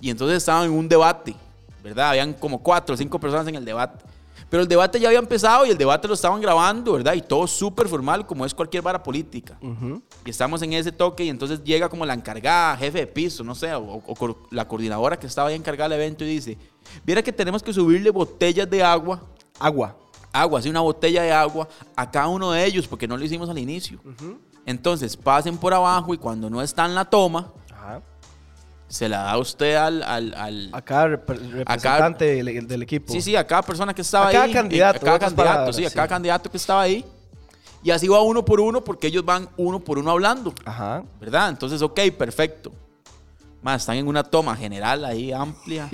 S2: y entonces estaban en un debate, ¿verdad? Habían como cuatro o cinco personas en el debate. Pero el debate ya había empezado y el debate lo estaban grabando, ¿verdad? Y todo súper formal como es cualquier vara política.
S1: Ujú.
S2: Y estamos en ese toque y entonces llega como la encargada, jefe de piso, no sé, o, o cor- la coordinadora que estaba ahí encargada del evento y dice, viera que tenemos que subirle botellas de agua,
S1: Agua.
S2: agua, así una botella de agua a cada uno de ellos porque no lo hicimos al inicio. Entonces pasen por abajo y cuando no está en la toma,
S1: Ajá.
S2: se la da usted al... al, al-
S1: Acá representante del, del equipo.
S2: sí, sí, a cada persona que estaba
S1: A cada
S2: ahí.
S1: candidato,
S2: A cada
S1: en otras
S2: candidato,
S1: palabras,
S2: sí, a
S1: sí.
S2: cada candidato que estaba ahí. Y así va uno por uno porque ellos van uno por uno hablando,
S1: Ajá.
S2: ¿verdad? Entonces, ok, perfecto. Más, están en una toma general ahí amplia,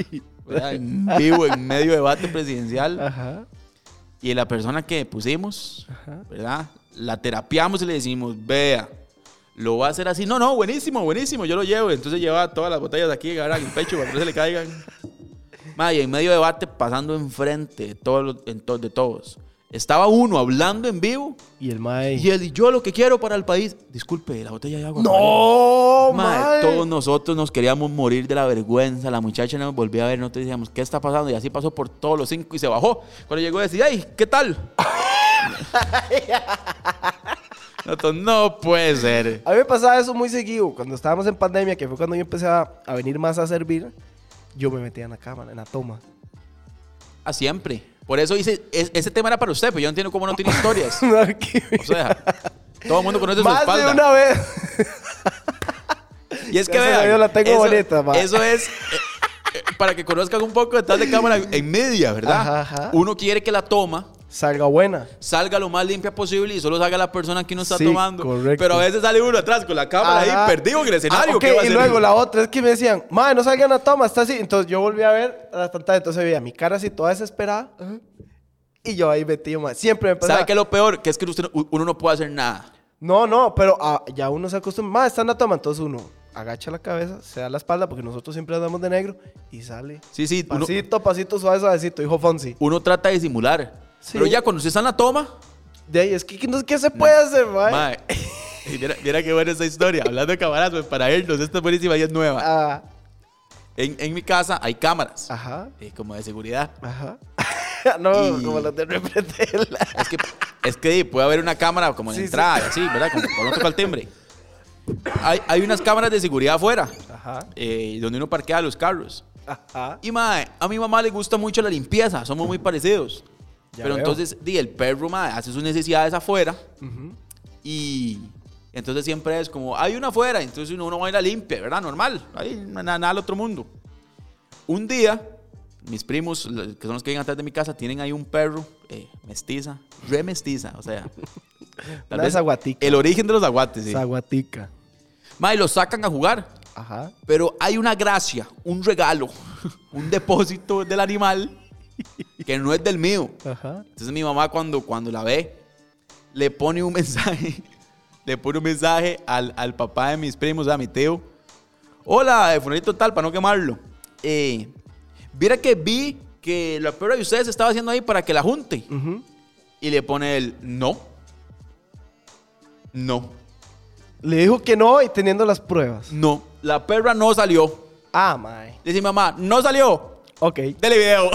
S2: ¿verdad? en vivo, en medio debate presidencial.
S1: Ajá.
S2: Y la persona que pusimos, ¿verdad? La terapiamos y le decimos, vea, lo va a hacer así. No, no, buenísimo, buenísimo, yo lo llevo. Entonces lleva todas las botellas aquí, agarran el pecho para que no se le caigan. Ma, y en medio debate, pasando enfrente de, todos los- en to- de todos. Estaba uno hablando en vivo
S1: Y el mae.
S2: y él, yo lo que quiero para el país. Disculpe, la botella de agua.
S1: ¡No,
S2: Mae,
S1: Oh, mae!
S2: todos nosotros nos queríamos morir de la vergüenza. La muchacha nos volvía a ver, nosotros decíamos, ¿qué está pasando? Y así pasó por todos los cinco y se bajó. Cuando llegó decía, ¡ay, qué tal! Nosotros, no puede ser.
S1: A mí me pasaba eso muy seguido. Cuando estábamos en pandemia, que fue cuando yo empecé a, a venir más a servir, yo me metía en la cámara, en la toma.
S2: A Ah, siempre. Por eso hice, es- ese tema era para usted, pero yo no entiendo cómo no tiene historias. O sea, todo el mundo conoce su
S1: más
S2: espalda.
S1: de una vez.
S2: Y es que
S1: Ya se la
S2: vean,
S1: vio, la tengo
S2: eso,
S1: bonita, ma.
S2: eso es eh, eh, para que conozcan un poco detrás de cámara en media, ¿verdad?
S1: Ajá, ajá.
S2: Uno quiere que la toma
S1: Salga buena.
S2: salga lo más limpia posible y solo salga la persona que uno está
S1: Sí,
S2: tomando.
S1: correcto.
S2: Pero a veces sale uno atrás con la cámara
S1: Ajá.
S2: ahí perdido en el escenario.
S1: Ah, ok,
S2: ¿qué va a
S1: y
S2: hacer?
S1: luego la otra es que me decían, madre, no salgan a toma, está así. Entonces yo volví a ver a las pantallas, entonces veía mi cara así toda desesperada. Y yo ahí metido, mae. Siempre me pasaba.
S2: ¿Sabe qué es lo peor? Que es que usted no- uno no puede hacer nada.
S1: No, no, pero ah, ya uno se acostumbra. Más están a toma, entonces uno agacha la cabeza, se da la espalda, porque nosotros siempre andamos de negro, y sale.
S2: Sí, sí, uno,
S1: Pasito, pasito, suave, suavecito, dijo Fonsi.
S2: uno trata de disimular.
S1: Sí.
S2: Pero ya cuando usted está en la toma,
S1: De ahí, es que no- ¿qué se puede hacer, mae?
S2: Mm. mae, y mira, mira qué buena esa historia. Hablando de cámaras, pues, para irnos, esta es buenísima y es nueva.
S1: Ah,
S2: En, en mi casa hay cámaras,
S1: ajá,
S2: eh, como de seguridad.
S1: ajá. no,
S2: Y-
S1: como las de Repretel.
S2: Es que, es que puede haber una cámara como en
S1: Sí,
S2: la
S1: sí.
S2: entrada, así, ¿verdad? Como cuando uno toca el timbre. Hay, hay unas cámaras de seguridad afuera.
S1: Ajá,
S2: eh, donde uno parquea los carros.
S1: ajá.
S2: Y mae, a mi mamá le gusta mucho la limpieza, somos muy parecidos.
S1: Ya
S2: Pero
S1: veo.
S2: entonces, di, el perro mae, hace sus necesidades afuera
S1: Ujú.
S2: y entonces siempre es como, hay una afuera, entonces uno, uno va y la limpia, ¿verdad? Normal, ahí na- nada, al otro mundo. Un día, mis primos, lo- que son los que viven atrás de mi casa, tienen ahí un perro eh, mestiza, re mestiza, o sea.
S1: Una zaguatica.
S2: El origen de los aguates, sí.
S1: Zaguatica.
S2: Mae, los sacan a jugar.
S1: Ajá.
S2: Pero hay una gracia, un regalo, un depósito del animal que no es del mío.
S1: Ajá.
S2: Entonces mi mamá cuando, cuando la ve, le pone un mensaje, le pone un mensaje al, al papá de mis primos, a mi tío. Hola, de funerito tal, para no quemarlo. Eh, mira que vi que la prueba de ustedes estaba haciendo ahí para que la junte.
S1: Ujú.
S2: Y le pone el no. No,
S1: Le dijo que no y teniendo las pruebas.
S2: no. La perra no salió.
S1: Ah, mae.
S2: Dice mi mamá, no salió.
S1: Ok.
S2: Dele video.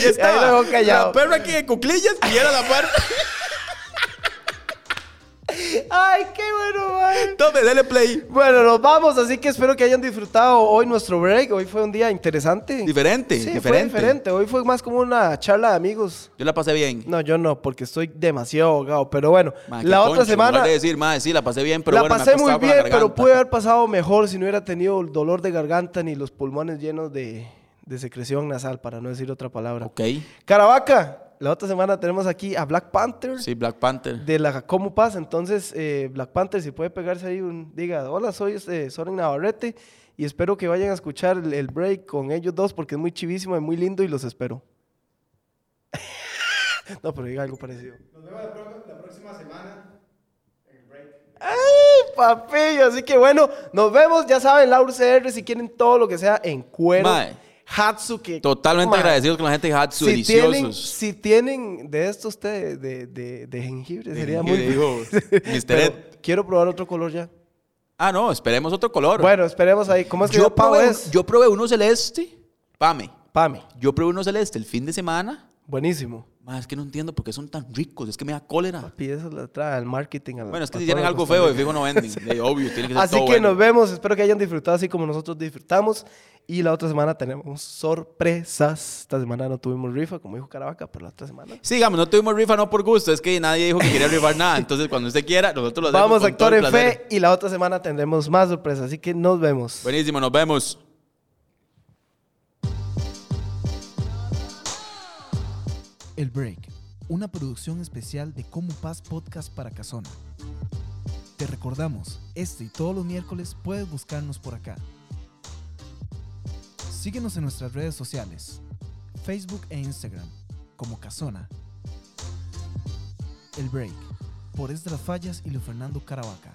S2: y
S1: Ahí lo dejó callado.
S2: la perra aquí en cuclillas y era la perra.
S1: Ay, qué bueno, mae.
S2: Tome, dele play.
S1: Bueno, nos vamos, así que espero que hayan disfrutado hoy nuestro break. Hoy fue un día interesante.
S2: Diferente,
S1: Sí, fue
S2: diferente.
S1: diferente. Hoy fue más como una charla de amigos.
S2: Yo la pasé bien.
S1: No, yo no, porque estoy demasiado ahogado. Pero bueno,
S2: Ma, qué
S1: la otra
S2: concho, en
S1: semana
S2: lugar de decir, ma, sí, la pasé bien, pero
S1: la
S2: bueno, me
S1: pasé muy
S2: acostaba con la
S1: bien, pero
S2: garganta".
S1: pude haber pasado mejor si no hubiera tenido el dolor de garganta ni los pulmones llenos de, de secreción nasal, para no decir otra palabra.
S2: Ok.
S1: Caravaca, la otra semana tenemos aquí a Black Panther
S2: Sí, Black Panther.
S1: de la Cómo Paz. Entonces, eh, Black Panther, si puede pegarse ahí un. Diga, hola, soy este, Soren Navarrete y espero que vayan a escuchar el, el break con ellos dos porque es muy chivísimo y muy lindo y los espero. no, pero diga algo parecido. Nos vemos la, próxima semana en el break. ¡Ay, papillo! Así que bueno, nos vemos. Ya saben, Laura CR, si quieren todo lo que sea en cuero.
S2: Mae.
S1: Hatsuke.
S2: Totalmente
S1: Mae.
S2: agradecidos con la gente de Hatsu,
S1: Si
S2: deliciosos.
S1: tienen, si tienen de estos té de, de, de jengibre,
S2: De
S1: sería
S2: jengibre,
S1: muy
S2: dijo Mr.
S1: Pero
S2: Ed.
S1: Quiero probar otro color ya.
S2: Ah, no, esperemos otro color.
S1: Bueno, esperemos ahí. ¿Cómo es que
S2: yo,
S1: yo pago
S2: probé,
S1: es?
S2: yo probé uno celeste. Pame,
S1: Pame.
S2: yo probé uno celeste el fin de semana.
S1: Buenísimo.
S2: Ma, es que no entiendo por qué son tan ricos. Es que me da cólera.
S1: Papi, eso la trae al marketing. a la-
S2: Bueno, es que
S1: a
S2: si
S1: toda
S2: tienen
S1: la
S2: algo
S1: Costa
S2: feo, de
S1: Rica.
S2: fijo no venden. De obvio, tiene que ser
S1: Así
S2: todo
S1: que
S2: bueno.
S1: nos vemos. Espero que hayan disfrutado así como nosotros disfrutamos. Y la otra semana tenemos sorpresas. Esta semana no tuvimos rifa, como dijo Caravaca, pero la otra semana.
S2: Sí, digamos, no tuvimos rifa no por gusto, es que nadie dijo que quería rifar nada. Entonces, cuando usted quiera, nosotros lo hacemos.
S1: Vamos a
S2: con todo
S1: actuar
S2: el
S1: en
S2: placer.
S1: fe y la otra semana tendremos más sorpresas. Así que nos vemos.
S2: Buenísimo, nos vemos.
S4: El Break, una producción especial de Como Paz Podcast para Casona. Te recordamos, este y todos los miércoles puedes buscarnos por acá. Síguenos en nuestras redes sociales, Facebook e Instagram, como Casona. El Break, por Esdras Fallas y Luis Fernando Caravaca.